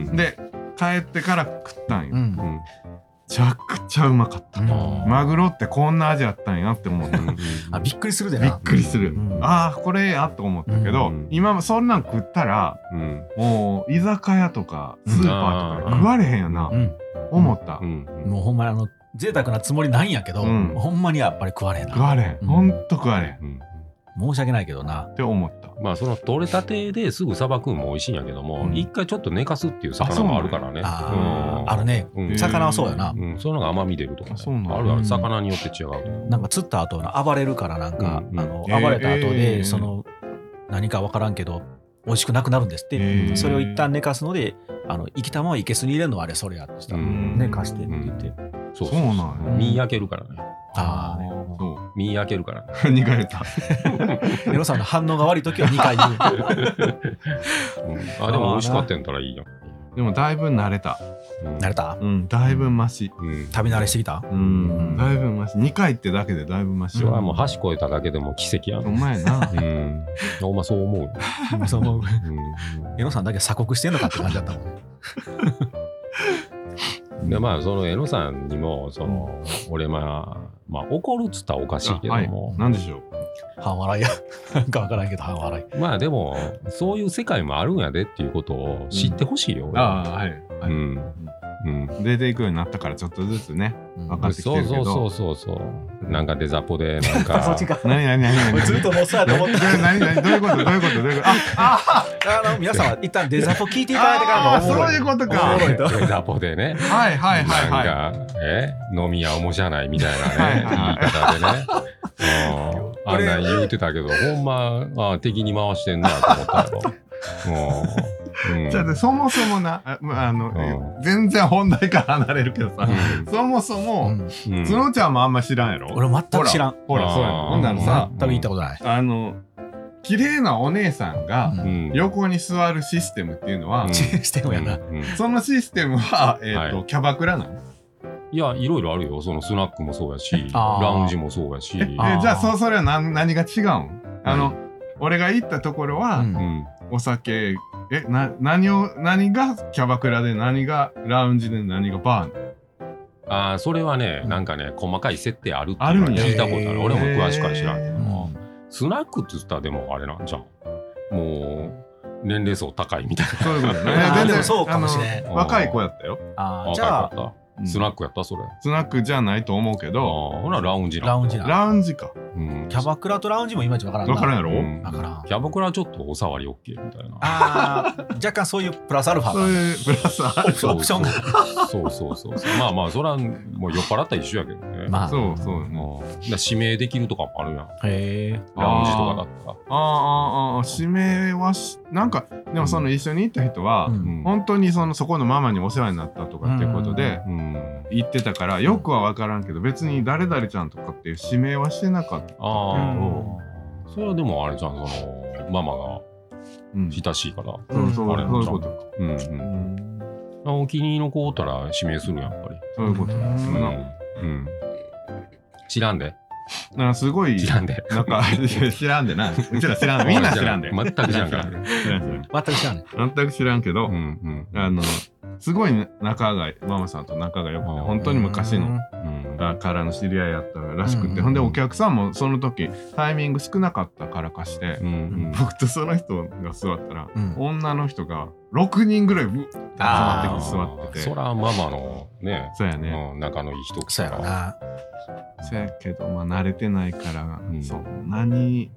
Speaker 1: んうん
Speaker 3: で帰ってから食ったんよ。
Speaker 2: うん。
Speaker 1: うん
Speaker 3: ちゃくちゃうまかった。
Speaker 2: うん
Speaker 1: あ
Speaker 3: マグロってこんな味あったんやって 思った。
Speaker 2: あびっくりするで
Speaker 3: びっ
Speaker 2: な。
Speaker 3: くりする。
Speaker 2: うん
Speaker 3: ああ、これええやと思ったけど、
Speaker 1: うん
Speaker 3: 今もそんなん食ったら、
Speaker 1: うん
Speaker 3: もう居酒屋とかスーパーとか
Speaker 1: うん
Speaker 3: で食われへんよな、
Speaker 2: うん、
Speaker 3: 思った。
Speaker 1: うん
Speaker 2: もうほんまにあの贅沢なつもりないんやけど、
Speaker 3: うん
Speaker 2: ほんまにやっぱり食われへん
Speaker 3: 食わ
Speaker 2: な。
Speaker 3: れん。
Speaker 2: うん
Speaker 3: ほんと食われん。っ
Speaker 1: うん
Speaker 2: 申し訳ないけどな。
Speaker 3: て思った。
Speaker 1: まあその取れたてですぐさばくんも美味しいんやけども、
Speaker 3: うん
Speaker 1: 一回ちょっと寝かすっていう魚もあるからね。
Speaker 2: あ
Speaker 1: うん
Speaker 2: ーあるね。
Speaker 1: うん
Speaker 2: 魚はそうやな。
Speaker 1: うん、そういうのが甘み出るとか、ね
Speaker 3: あそうなんだ
Speaker 1: あるあ
Speaker 2: う
Speaker 1: る
Speaker 2: ん
Speaker 1: 魚によって違う。
Speaker 2: なんか釣った後の暴れるからなんか、
Speaker 1: うんうん
Speaker 2: あの
Speaker 3: えー
Speaker 2: 暴れた後で、
Speaker 3: えー
Speaker 2: その何かわからんけど美味しくなくなるんですって、
Speaker 3: えー
Speaker 2: それを一旦寝かすのであの生きたままいけすに入れるのはあれそれやとしたら、
Speaker 1: うん
Speaker 2: 寝かしてって言って、
Speaker 1: そう
Speaker 3: そうなんや
Speaker 2: うん
Speaker 1: 身焼けるからね。
Speaker 2: あ
Speaker 3: そ
Speaker 1: 身焼けるからね。
Speaker 3: う。 逃がれた。
Speaker 2: あネロさんの反応が悪い時は2回言 う
Speaker 1: う んあ、でも美味しかったんやったらいいやん。
Speaker 3: でもだいぶ慣れた。
Speaker 1: うん
Speaker 2: 慣れた
Speaker 3: うん、だいぶマシ。
Speaker 1: うん。
Speaker 2: 旅慣れしてきた
Speaker 3: うん、だいぶマシ。2回ってだけでだいぶマシ
Speaker 1: それ
Speaker 3: よ。
Speaker 1: はもう箸越えただけでも奇跡や
Speaker 3: お
Speaker 1: ん。
Speaker 3: 前な。
Speaker 1: うん。お前そう 思うよ。
Speaker 2: そう思う
Speaker 1: う
Speaker 2: ネロさんだけ鎖国してんのかって感じだったもん
Speaker 1: ん、で、まあ、その江野さんにも、その、俺、まあ、まあ、怒るっつったらおかしいけど
Speaker 3: あはい
Speaker 1: も、
Speaker 3: なんでしょう。
Speaker 2: 半笑いやなんかわからんけど半笑い
Speaker 1: まあでも、そういう世界もあるんやでっていうことを知ってほしいよ。俺は
Speaker 3: ああ、はい。
Speaker 1: う
Speaker 3: はい
Speaker 1: ん。うん。
Speaker 3: 出ていくようになったからちょっとずつね。
Speaker 2: うん
Speaker 3: わかんってきてるけど
Speaker 1: そうそうそうそう。なんかデザポで、なん
Speaker 2: そっ
Speaker 1: か
Speaker 2: ち、か
Speaker 3: 何何何
Speaker 2: 俺
Speaker 3: 何
Speaker 2: ずっともうそうやと思って
Speaker 3: 何何何どういうことどういうことどういうことあ
Speaker 2: ああの皆さんは一旦デザート聞いていただいてからも
Speaker 3: あー
Speaker 2: おもろい
Speaker 3: そういうことか
Speaker 2: おもろいと
Speaker 1: デザポでね。
Speaker 3: はいはいはいはい。
Speaker 1: なんか、え飲み屋おもじゃないみたいなね、
Speaker 3: はいはい
Speaker 1: 言い方で ね。うん
Speaker 2: こ
Speaker 1: あん
Speaker 2: れ
Speaker 1: なん言うてたけど、ほんま、あ敵に回してんなと思った よ。うんうん
Speaker 3: じゃあねそもそもな、あまああの、
Speaker 1: う
Speaker 3: 全然本題から離れるけどさ、
Speaker 1: う
Speaker 3: そもそ
Speaker 2: うん
Speaker 3: も、
Speaker 1: んうん
Speaker 3: つのちゃんもあんま知らんやろ
Speaker 2: 俺全く知らん
Speaker 3: ほら、
Speaker 1: あー
Speaker 3: そうやの。ほんならさ、
Speaker 2: 全く行ったことない
Speaker 3: あの、綺麗なお姉さんが
Speaker 1: うん
Speaker 3: 横に座るシステムっていうのは、
Speaker 1: うん
Speaker 2: チェーンしてもやな。
Speaker 1: うんうん
Speaker 3: そのシステムは、えっ、と、
Speaker 1: は
Speaker 3: キャバクラなの
Speaker 1: いや、いろいろあるよ。そのスナックもそうやし、
Speaker 2: あー
Speaker 1: ラウンジもそうやし。
Speaker 3: え、
Speaker 2: あー
Speaker 3: えじゃあ、そ、それは何、何が違うんあの、俺が行ったところは、
Speaker 2: うん
Speaker 1: うん
Speaker 3: お酒、え、な、何を、何がキャバクラで、何がラウンジで、何がバーなの
Speaker 1: あーそれはね、なんかね、細かい設定あるって
Speaker 3: あ
Speaker 1: いう
Speaker 3: る
Speaker 1: のは
Speaker 3: んや
Speaker 1: 聞いたことある。俺も詳しくは知らん
Speaker 3: へ
Speaker 1: けど
Speaker 3: ー
Speaker 1: も。スナックっつったらでもあれなんじゃん。もう、年齢層高いみたい
Speaker 3: そういうことね
Speaker 2: あー
Speaker 3: 全然
Speaker 2: でもそうかもしれん
Speaker 3: あの若い子やったよ。
Speaker 2: あ
Speaker 1: な。
Speaker 2: ーじ
Speaker 1: 若
Speaker 2: ゃ
Speaker 1: い
Speaker 2: あ
Speaker 1: 子やったスナックやったそれ。あ
Speaker 3: スナックじゃないと思うけ
Speaker 1: あー、
Speaker 3: ど、
Speaker 1: ほら、ラウンジな。
Speaker 2: ラウンジな
Speaker 3: ラウンジか。
Speaker 1: うん
Speaker 2: キャバクラとラウンジもいまいちわからんな
Speaker 3: わからんや
Speaker 1: う
Speaker 3: ろ、
Speaker 1: ん
Speaker 2: わからん
Speaker 1: キャバクラはちょっとおさわり OK みたいな。
Speaker 2: あー若干そういうプラスアルファ
Speaker 3: そういうブラスアルフ
Speaker 1: そう
Speaker 2: オプションが
Speaker 1: そうそうそうそう。まあまあ、それはもう酔っ払ったら一緒やけどね。
Speaker 2: ま
Speaker 3: ァ。
Speaker 2: あ
Speaker 3: そうそう
Speaker 1: う
Speaker 3: ね。
Speaker 1: んだから指名できるとかもあるやん。
Speaker 2: へえ
Speaker 1: ラウンジとかだったら。
Speaker 3: ああああああ、指名はし、なんか、でもその一緒に行った人は、
Speaker 2: うん
Speaker 1: うん
Speaker 3: 本当にそのそこのママにお世話になったとかっていうことで、
Speaker 1: うん
Speaker 3: 行ってたから、よくは分からんけど、別に誰々ちゃんとかっていう指名はしてなかった。
Speaker 1: ああ、
Speaker 2: う
Speaker 1: それはでもあれじゃん、その、ママが
Speaker 3: うん。
Speaker 1: 親しいから。
Speaker 3: そうそう、
Speaker 1: あれ
Speaker 3: そういうことか。
Speaker 1: うんう。
Speaker 3: うんん
Speaker 1: お気に入りの子おったら指名するやん、やっぱり。
Speaker 3: そういうことだ
Speaker 2: うん
Speaker 3: な
Speaker 1: うん。うん。知らんで。
Speaker 3: なんかすごい
Speaker 1: 知、らんで。
Speaker 3: なん か、知らんでな。うちら知らん。みんな知らんで。
Speaker 1: 全く知らんから。
Speaker 3: 知らん知らん
Speaker 2: 全く知らんね
Speaker 3: 全く知らんけど、
Speaker 1: うんうん。
Speaker 3: あの、すごい仲が、ママさんと仲が良くて、
Speaker 1: あー
Speaker 3: 本当に昔
Speaker 1: う
Speaker 3: の
Speaker 1: ん
Speaker 3: からの知り合いやったらしく
Speaker 2: うんう
Speaker 3: て、
Speaker 2: ん
Speaker 3: ほんでお客さんもその時、タイミング少なかったからかして
Speaker 1: う、ん
Speaker 3: 僕とその人が座ったら、
Speaker 2: うん
Speaker 3: 女の人が6人ぐらいぶ集ま
Speaker 2: あ
Speaker 3: ってきて座ってて、
Speaker 1: そらママのね、
Speaker 3: そうやね。
Speaker 1: うん仲のいい人
Speaker 2: そうやろな
Speaker 3: そやけど、まあ慣れてないから
Speaker 1: う、ん
Speaker 3: そんなに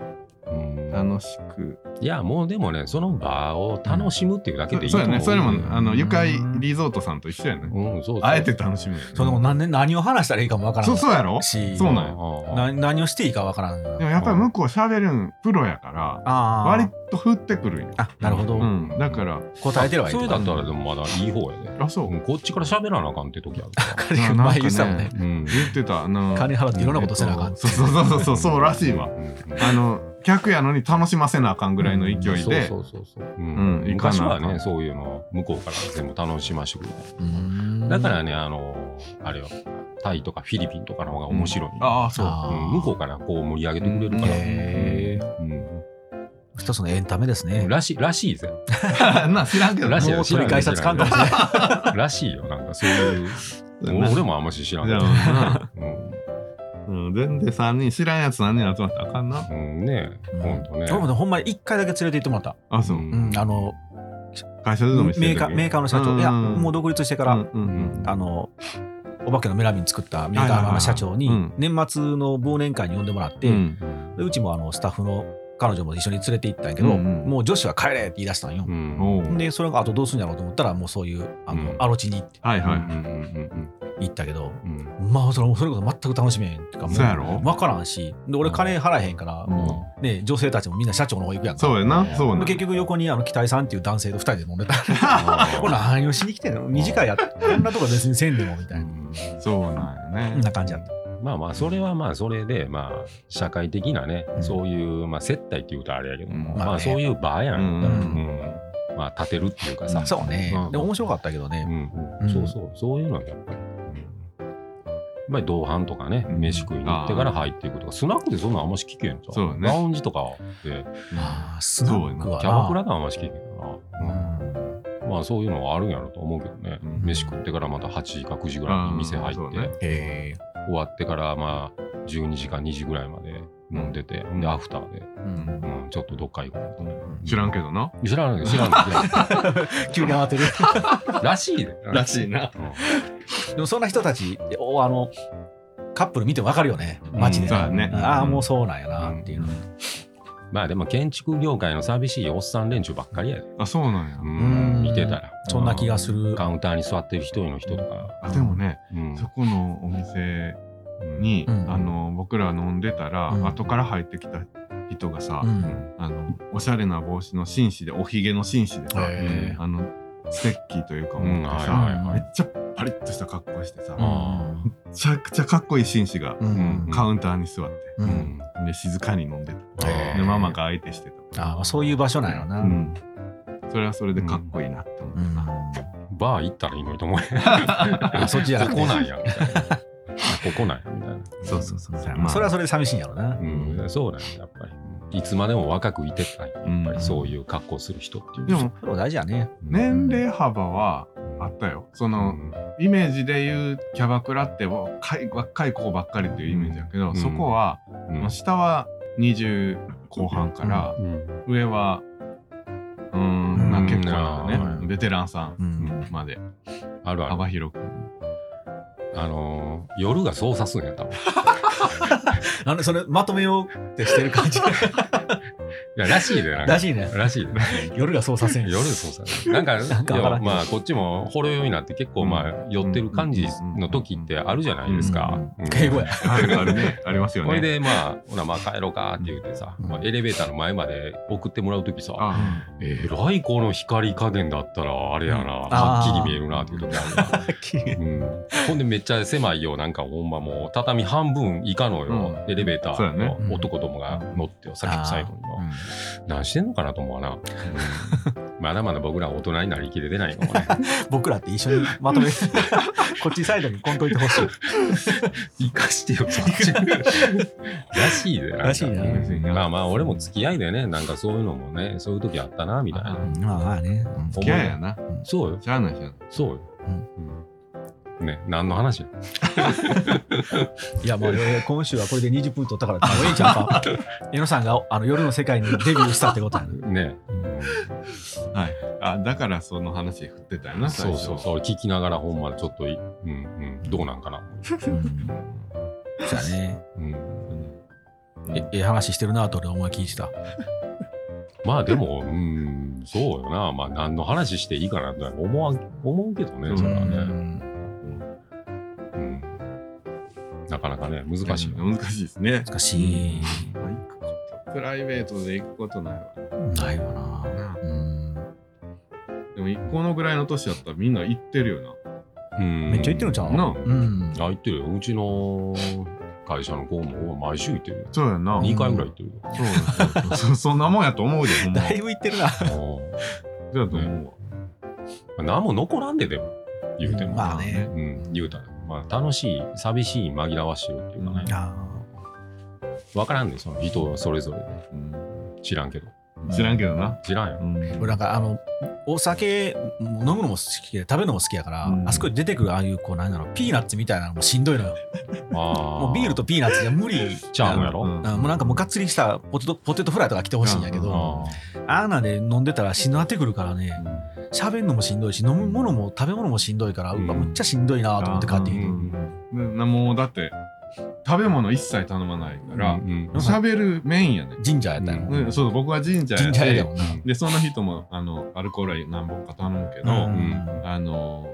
Speaker 1: うん
Speaker 3: 楽しく。
Speaker 1: いや、もうでもね、その場を楽しむっていうだけでいいと
Speaker 3: そう
Speaker 1: 思
Speaker 3: や
Speaker 1: う
Speaker 3: ね。それも、あの、
Speaker 2: うん
Speaker 3: 愉快リゾートさんと一緒やね。
Speaker 1: うん、そうそう
Speaker 3: あえて楽しむや
Speaker 2: その
Speaker 3: ね。
Speaker 2: 何年何を話したらいいかもわから
Speaker 3: そう、
Speaker 2: ん
Speaker 3: そうやろ
Speaker 2: し
Speaker 3: そうなんや
Speaker 1: あ
Speaker 2: な何をしていいかわからん
Speaker 3: でもやっぱり向こう喋るんプロやから、
Speaker 2: ああ
Speaker 3: 割と降ってくるんよ。
Speaker 2: あなるほど、
Speaker 3: うん、だから、
Speaker 2: 答えてはい
Speaker 1: そ
Speaker 2: る
Speaker 1: れだったらでもまだいい方やね。
Speaker 3: あ、そうう。
Speaker 1: んこっちから喋らなあかんって時あるから。
Speaker 2: 彼が前言ってたもんね
Speaker 3: な
Speaker 1: うん
Speaker 3: 言ってた、あの、
Speaker 2: 金払っていろんなことせなあ
Speaker 3: え
Speaker 2: かん
Speaker 3: っとそうそうそうそう、そうらしいわ。
Speaker 1: うんうん
Speaker 3: あの、客やのに楽しませなあかんぐらいの勢いで
Speaker 1: そ、うそうそうそう、う
Speaker 3: うん
Speaker 1: ん
Speaker 3: いかな
Speaker 1: 昔
Speaker 3: あかん
Speaker 1: はねそういうの向こうから全部楽しましてくれた
Speaker 2: うん
Speaker 1: だからねあのあれよタイとかフィリピンとかの方が面白い、
Speaker 3: ああ、そう。
Speaker 2: あ
Speaker 1: う
Speaker 2: ー
Speaker 1: ん向こうからこう盛り上げてくれるから、
Speaker 2: へえ
Speaker 1: うん
Speaker 2: 一つのエンタメですね
Speaker 1: らしいらしいぜ
Speaker 3: な、知らんけど
Speaker 1: ら
Speaker 3: な
Speaker 1: しい
Speaker 2: もう取り返したつかんかもしれない
Speaker 1: らしいよなんかそういう
Speaker 3: う
Speaker 1: 俺
Speaker 3: やな
Speaker 1: 俺もあんまし知らん
Speaker 3: じ
Speaker 1: け
Speaker 3: ゃ
Speaker 1: ど。
Speaker 3: あ
Speaker 1: うん
Speaker 3: うん、全然3人知らんやつ何人集まったらあかんな。
Speaker 1: うん、ねえ、
Speaker 2: うん
Speaker 1: ほんとね。
Speaker 2: 俺もねほんまに1回だけ連れて行ってもらった。
Speaker 3: あ、そう。
Speaker 2: うん、あの
Speaker 3: 会社で飲みしてる
Speaker 2: メー
Speaker 3: 時
Speaker 2: カーメーカーの社
Speaker 3: う
Speaker 2: 長、
Speaker 3: ん
Speaker 2: いや、もう独立してから、
Speaker 3: うんうん
Speaker 2: あのお化けのメラビン作ったメーカーの社長に
Speaker 3: はいはいはい、
Speaker 2: 年末の忘年会に呼んでもらって、
Speaker 3: う
Speaker 2: うんうちもあのスタッフの彼女も一緒に連れて行ったんやけど、
Speaker 3: うんうん
Speaker 2: もう女子は帰れって言い出したんよ
Speaker 1: う。。
Speaker 3: うんんおう
Speaker 2: で、それがあとどうするんやろうと思ったら、もうそういう、あの、
Speaker 1: うん
Speaker 2: アロチに
Speaker 3: はい
Speaker 1: うんう
Speaker 3: は
Speaker 1: んうん
Speaker 2: 行ったけど、
Speaker 1: うんうん
Speaker 2: まあ、それもうそれこそ全く楽しめへんっていうか、
Speaker 3: い。
Speaker 2: も
Speaker 3: そうやろ
Speaker 2: う、分からんし、で俺、金払えへんから、
Speaker 3: うん
Speaker 2: もう、ね、女性たちもみんな社長の方行くやんか。
Speaker 3: そうやな。そう
Speaker 2: で
Speaker 3: な。
Speaker 2: 結局、横にあの、北井さんっていう男性と二人で飲んでた。 これ
Speaker 1: あ
Speaker 2: 何をしに来てんの短いやこんなとこ別にせんでもみた
Speaker 1: ー
Speaker 2: いな。
Speaker 3: そうなんや
Speaker 2: そ
Speaker 3: ね
Speaker 2: ん。な感じだった。
Speaker 1: まあまあそれはまあそれでまあ社会的なね、
Speaker 2: うん
Speaker 1: そういう、まあ、接待っていうとあれやけども、
Speaker 3: うん
Speaker 1: まあ
Speaker 2: まあね
Speaker 1: そういう場や、
Speaker 3: うんん
Speaker 1: う
Speaker 3: うんん
Speaker 1: まあ立てるっていうかさ、
Speaker 2: そうね
Speaker 1: うん。
Speaker 2: でも面白かったけど
Speaker 1: う
Speaker 2: ね。
Speaker 1: ん
Speaker 2: うん
Speaker 1: そうそうそういうのはやっぱり、うんやっぱり同伴とかね
Speaker 3: うん
Speaker 1: 飯食いに行ってから入っていくとかスナックでそんなんあんまし聞けんじゃん
Speaker 3: そうね
Speaker 1: ラウンジとかで
Speaker 2: まあ、スナックはな
Speaker 1: キャバクラではあんまし聞けんからな、
Speaker 2: うん
Speaker 1: まあそういうのはあるんやろと思うけどね、
Speaker 3: うん
Speaker 1: 飯食ってからまた8時か9時ぐらいに店入って、
Speaker 3: あーそうね
Speaker 2: へえ。
Speaker 1: 終わってからまあ12時か2時ぐらいまで飲んでて、
Speaker 3: ん
Speaker 1: でアフターで、
Speaker 2: うん
Speaker 1: うん、ちょっとどっか行こう
Speaker 3: 知らんけどな。
Speaker 1: と知らない知ら ない知ら
Speaker 2: 急に慌てる。
Speaker 1: ないらしいでい、
Speaker 3: しいな。
Speaker 1: うん
Speaker 2: でもそんな人たち、おあの、カップル見ても分かるよね。街で
Speaker 3: そう
Speaker 2: な。
Speaker 3: やね。
Speaker 2: ああ、もうそうなんやなっていうの。
Speaker 1: まあでも建築業界の寂しいおっさん連中ばっかりやで、
Speaker 3: あ、そうなんや
Speaker 1: う。
Speaker 2: うん
Speaker 1: ん、見てたら
Speaker 2: そんな気がする。
Speaker 1: カウンターに座ってる一人の人とか、
Speaker 3: あでもね、
Speaker 1: うん
Speaker 3: そこのお店に、
Speaker 2: うん
Speaker 3: あの僕ら飲んでたら、
Speaker 2: うん
Speaker 3: 後から入ってきた人がさ、
Speaker 2: うん
Speaker 3: あのおしゃれな帽子の紳士でおひげの紳士でさ、
Speaker 2: へー
Speaker 3: あのステッキというか持って
Speaker 1: うん
Speaker 3: さ、
Speaker 1: はい
Speaker 2: はいは
Speaker 3: め
Speaker 2: い
Speaker 3: っちゃパリッとした格好してさ、
Speaker 2: う
Speaker 3: め
Speaker 2: ん
Speaker 3: ちゃくちゃかっこいい紳士が
Speaker 2: うん
Speaker 3: カウンターに座って、
Speaker 2: う
Speaker 1: うんん
Speaker 3: で静かに飲んでた、
Speaker 1: へー
Speaker 3: でママが相手してた、
Speaker 2: ああ、そういう場所なんやろな。
Speaker 3: う
Speaker 2: うん
Speaker 3: ん、それはそれでかっこいいなって思ったな、
Speaker 1: バー行ったらいいのにと思え
Speaker 2: あそっちじゃな
Speaker 1: こ
Speaker 2: くて
Speaker 1: こなんやみたいなここなんやみたいな
Speaker 3: そうそうそう
Speaker 2: まあそれはそれで寂しいんやろな。
Speaker 1: うん、そうなんややっぱり。いつまでも若くいてたい、やっぱりそういう格好する人っていう。
Speaker 3: でも
Speaker 2: それは大事やね。
Speaker 3: 年齢幅はあったよその、イメージで言うキャバクラって若い若い子ばっかりっていうイメージだけど、
Speaker 1: うん
Speaker 3: そこは、
Speaker 1: うん、
Speaker 3: 下は20後半から、
Speaker 1: うん
Speaker 3: 上はうーん
Speaker 2: うん
Speaker 3: なんか結構なんだね、
Speaker 1: うん
Speaker 3: ベテランさん
Speaker 2: うん
Speaker 3: まで
Speaker 1: あるある。
Speaker 3: 幅広く
Speaker 1: あのー夜が操作するんや、多分。い
Speaker 2: なんでそれまとめようってしてる感じ
Speaker 1: や、らしいで、なんか。
Speaker 2: らしいね。
Speaker 1: らしいで。
Speaker 2: 夜が操作せん。
Speaker 1: 夜が操作。なんか、
Speaker 2: なんかわ
Speaker 1: い
Speaker 2: からん
Speaker 1: やまあ、こっちもほろ酔いになって結構、まあ、寄ってる感じの時ってあるじゃないですか。うん
Speaker 2: 敬 語や。
Speaker 3: あるあるね ありますよね
Speaker 1: これで、まあ、ほな、まあ、帰ろうかって言ってさ、まあ、エレベーターの前まで送ってもらう時さ、
Speaker 3: あ
Speaker 1: えらいこの光加減だったら、あれやな、
Speaker 2: ん
Speaker 1: はっきり見えるなっていう時あるな。
Speaker 2: う
Speaker 1: うんほんでめっちゃ狭いよなんかほんまもう畳半分以下のよ、
Speaker 3: うん
Speaker 1: エレベータ
Speaker 3: そうや
Speaker 1: ー
Speaker 3: ね
Speaker 1: の男どもが乗ってよ、さっき最後によ、
Speaker 2: ん
Speaker 1: 何してんのかなと思うわな、まだまだ僕ら大人になりきれてないかもね
Speaker 2: 僕らって一緒にまとめ こっちサイドにこんといてほしい。
Speaker 1: 生かしてよそっち らしいでなんから
Speaker 2: しいな
Speaker 1: うん
Speaker 3: 別にな
Speaker 1: まあまあ俺も付き合いでねなんかそういうのもねそういう時あったなみたいな
Speaker 2: まあまあね。
Speaker 3: 付き合いやな
Speaker 1: そうよ
Speaker 3: しゃあないしゃあない
Speaker 1: そうよ、うんね何の話や
Speaker 2: いやもう俺今週はこれで20分取ったから、もうええんちゃう か。江野さんがあの夜の世界にデビューしたってことやね。
Speaker 1: ね、
Speaker 3: はいあだからその話振ってたよな最
Speaker 1: そう
Speaker 3: 初
Speaker 1: そうそう俺聞きながらほんまちょっとい、うんうん、どうなんかな、
Speaker 2: うんそうやね。
Speaker 1: うん
Speaker 3: うん
Speaker 2: えええ話してるなと俺思い聞いてた。
Speaker 1: まあでも、うん、そうよな。まあ何の話していいかなって思わん思うけどね、それは
Speaker 2: う
Speaker 1: ね。
Speaker 2: ん
Speaker 1: うんなかなかね、難しいよ。
Speaker 3: 難しいですね
Speaker 2: 難しい。
Speaker 3: まあ行くことプライベートで行くことないわ
Speaker 2: ないわな。うん
Speaker 3: でも一個のぐらいの年やったらみんな行ってるよ
Speaker 1: うん
Speaker 2: めっちゃ言ってるんちゃう
Speaker 3: な
Speaker 1: う
Speaker 2: うん
Speaker 1: あ、
Speaker 2: ん
Speaker 1: 言ってるよ。うちの会社の子も毎週行ってるよ。
Speaker 3: そうやな
Speaker 1: 2回ぐらい行ってる
Speaker 3: そうそうそうそんなもんやと思うでほん ま
Speaker 2: だいぶいってるな。
Speaker 1: よ。
Speaker 3: そうやと思うわ
Speaker 1: あー何も残らんででも、言うても。
Speaker 2: まあね。
Speaker 1: うん、言うたら。まあ楽しい、寂しい、紛らわしいっていうかね。
Speaker 2: あ
Speaker 1: わからんねその人それぞれで。
Speaker 3: うん
Speaker 1: 知らんけど。
Speaker 3: 知らんけどな。
Speaker 1: 知らんよ。
Speaker 2: 俺なんかあのお酒飲むのも好きで食べるのも好きやから、
Speaker 3: うん
Speaker 2: あそこに出てくるああいうこうなんだろうピーナッツみたいなのもしんどいのよ
Speaker 1: あ
Speaker 2: もうビールとピーナッツじゃ無理
Speaker 1: チャームや
Speaker 2: ろ
Speaker 1: ろ、
Speaker 3: うん
Speaker 2: もうなんかもうがっつりしたポテトポテトフライとか来てほしいんやけど、
Speaker 3: うん
Speaker 1: あ
Speaker 2: あんなんで飲んでたらしんどなってくるからね喋んのもしんどいし飲むものも食べ物もしんどいから、う
Speaker 1: うん
Speaker 2: わむっちゃしんどいなと思って帰ってきて、
Speaker 1: うん
Speaker 3: うんなもうだって食べ物一切頼まないか
Speaker 1: あ、
Speaker 3: ら
Speaker 1: うんうん
Speaker 2: ん
Speaker 3: 喋るメインやね、
Speaker 2: 神社やったよ、
Speaker 1: うん
Speaker 3: うん、そう僕は神社や
Speaker 2: 神社や
Speaker 3: で
Speaker 2: もんな、
Speaker 3: でその人もあのアルコールは何本か頼むけど、
Speaker 2: うん
Speaker 3: あの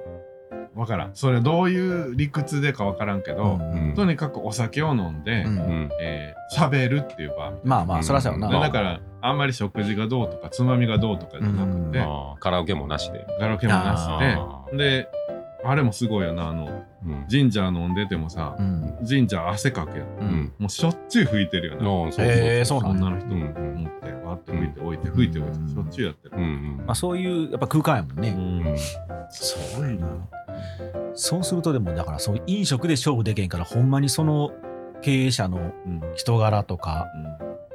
Speaker 3: 分からんそれどういう理屈でか分からんけど、
Speaker 1: うん
Speaker 3: とにかくお酒を飲んで、
Speaker 2: うん
Speaker 1: うん
Speaker 3: えー、喋るっていう場面
Speaker 2: まあまあそらそうやろ
Speaker 1: あ
Speaker 3: で
Speaker 2: な、
Speaker 3: だからあんまり食事がどうとかつまみがどうとかじゃなくて、
Speaker 1: あーカラオケもなしで。
Speaker 3: ガラケーもな
Speaker 1: あ
Speaker 3: しでであれもすごいよなあの
Speaker 1: うん
Speaker 3: ジンジャー飲んでてもさ、
Speaker 2: うん
Speaker 3: ジンジャー汗かくやん
Speaker 1: うん。
Speaker 3: もうしょっちゅう拭いてるよな、
Speaker 1: のそうそう
Speaker 2: へえそうなんや
Speaker 3: 女の人
Speaker 1: うん
Speaker 3: 持ってわって拭いて置いて拭いて置いてしょっちゅうやってる
Speaker 1: う、んうん
Speaker 2: まあ、そういうやっぱ空間やもんね、
Speaker 3: うん
Speaker 2: すごいな。そうするとでもだからそう飲食で勝負できへんからほんまにその経営者の
Speaker 3: うん
Speaker 2: 人柄とか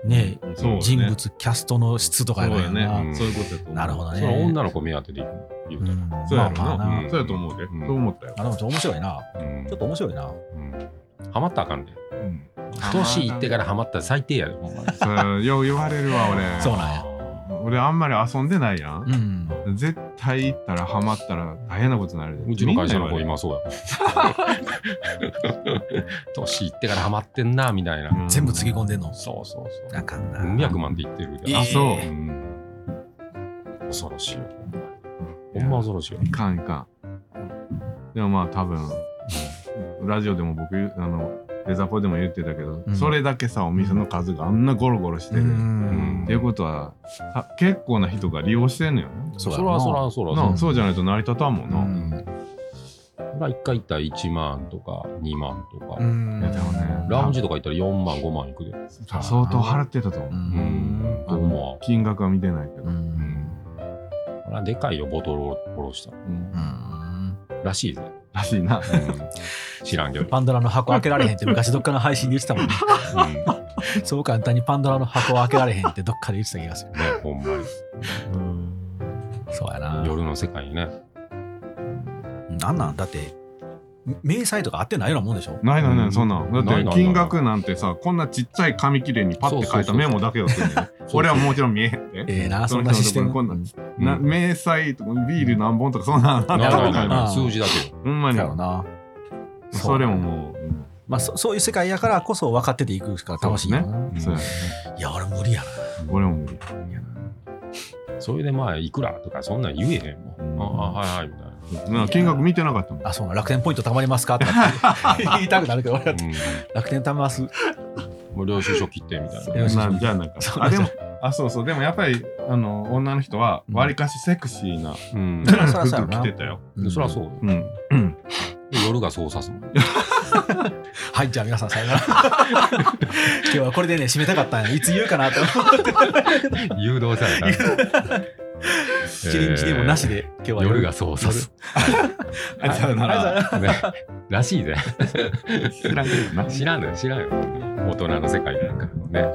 Speaker 3: う
Speaker 2: ね
Speaker 3: んそうね
Speaker 2: 人物キャストの質とか
Speaker 3: そ
Speaker 2: や
Speaker 3: う
Speaker 2: ろ
Speaker 3: や
Speaker 2: や
Speaker 3: ね
Speaker 2: な、
Speaker 3: うんそういうことやと思う
Speaker 2: なるほどね
Speaker 1: それは女の子目当てで言う
Speaker 2: う
Speaker 1: たら
Speaker 2: ん
Speaker 3: そうやろ
Speaker 2: まあまあ
Speaker 3: な、
Speaker 2: な
Speaker 3: そうやと思うで、
Speaker 1: うん
Speaker 3: そう思ったよ
Speaker 2: あでもちょっと面白いな
Speaker 1: うん
Speaker 2: ちょっと面白いな
Speaker 1: うんハマったらあかんで。
Speaker 3: うん
Speaker 1: 年いってからハマったら最低やで。ほんまに
Speaker 3: そうよう言われるわ俺
Speaker 2: そうなんや
Speaker 3: 俺あんまり遊んでないや、
Speaker 2: うんん
Speaker 3: 絶対行ったらハマったら大変なことになるで
Speaker 1: うちの会社の子
Speaker 3: みんな
Speaker 1: 今そうや。 年いってからハマってんなみたい
Speaker 3: 言われる
Speaker 1: な。
Speaker 3: うん
Speaker 2: 全部つぎ込んでんの
Speaker 1: そうそうそ
Speaker 2: あかんな
Speaker 1: う。200万で言ってるから
Speaker 3: あそう
Speaker 2: ええ
Speaker 1: うん恐ろしいよ。ほんま恐ろしいよ。
Speaker 3: いかんいかんでもまあ多分ラジオでも僕あのデザポでも言ってたけど、
Speaker 2: うん
Speaker 3: それだけさお店の数があんなゴロゴロして
Speaker 2: う
Speaker 3: る、
Speaker 2: ん
Speaker 3: っていうことはた結構な人が利用してんのよね
Speaker 2: そうや
Speaker 1: そ
Speaker 2: ろ
Speaker 1: ら
Speaker 2: な
Speaker 1: そらそら
Speaker 3: な
Speaker 1: そ
Speaker 3: あそうじゃないと成り立たんもんな、
Speaker 2: うん
Speaker 1: ら。俺は1回行ったら1万とか2万とか
Speaker 2: う。ん
Speaker 3: いやでもね
Speaker 1: ラウンジとか行ったら4万5万いくで。
Speaker 3: 相当払ってたと思う、
Speaker 1: う
Speaker 2: うん
Speaker 1: ん。
Speaker 3: あの
Speaker 1: どうも。
Speaker 3: 金額は見てないけど、
Speaker 2: う
Speaker 1: うんん。これはでかいよ、ボトルを下ろしたら。
Speaker 3: うん
Speaker 2: うん
Speaker 1: らしいぜ。
Speaker 3: らしいな
Speaker 1: 知らんけど。
Speaker 2: パンドラの箱開けられへんって昔どっかの配信で言ってたもんね
Speaker 1: うんね、
Speaker 2: そう簡単にパンドラの箱開けられへんってどっかで言ってた気がする
Speaker 1: ほんまに。
Speaker 2: そうやな
Speaker 1: 夜の世界にね。
Speaker 2: なんなんだって迷彩とか合ってないようなもんでしょ
Speaker 3: ないないな
Speaker 1: う
Speaker 3: い
Speaker 1: ん
Speaker 3: そんなんだ
Speaker 1: ない
Speaker 3: って
Speaker 1: ない
Speaker 3: 金額なんてさこんなちっちゃい紙切れにパッて書いたメモだけだったんだよね俺はもちろん見えへんで
Speaker 2: ええな
Speaker 3: そ
Speaker 2: そ
Speaker 3: の
Speaker 2: んなシステ
Speaker 3: 人のと
Speaker 2: ム
Speaker 3: こにこん
Speaker 1: うん
Speaker 3: な明細とかビール何本とかそんなんあ
Speaker 1: ないない
Speaker 3: ったこと
Speaker 1: ない
Speaker 3: ない
Speaker 2: あ
Speaker 1: ない数字だけよ。
Speaker 3: ほんま
Speaker 2: だ
Speaker 3: に
Speaker 2: よな
Speaker 3: それもも
Speaker 2: まあそそういう世界やからこそ分かってていくから楽しいよな
Speaker 3: うそうやね
Speaker 2: いや俺無理や
Speaker 3: 俺も無理
Speaker 1: それでまあ、いくらとかそんなん言えへんもん。
Speaker 3: う
Speaker 1: あ
Speaker 3: ん
Speaker 1: あ、はいはいみたいな。
Speaker 3: なんか金額見てなかったもん
Speaker 2: なあそうな楽天ポイント貯まりますかとかっ て言いたくなるけど俺は
Speaker 1: う
Speaker 2: 楽天貯めます
Speaker 1: ん、もう領収書切ってみたいな。
Speaker 2: よし
Speaker 3: なんじゃあなんか
Speaker 2: そう
Speaker 3: あでもあそうそうでもやっぱりあの女の人はわりかしセクシーな
Speaker 1: うん。
Speaker 2: そらそらそうや
Speaker 3: 服
Speaker 2: な
Speaker 3: 着てたよ
Speaker 1: でそりゃそうよ。
Speaker 3: うんうん
Speaker 1: で夜がそうさすもん。
Speaker 2: はいじゃあ皆さんさよなら 今日はこれでね締めたかったんやいつ言うかなと思 って
Speaker 1: 誘導された。
Speaker 2: チリンチでもなしで今日 は
Speaker 1: 夜がそうさ す。
Speaker 3: あじゃあな
Speaker 2: はいさよ
Speaker 3: ら
Speaker 1: ね、らしいぜ。
Speaker 3: 知らんけどな
Speaker 1: 知らんのよ、知らんよ。大人の世界なんかね。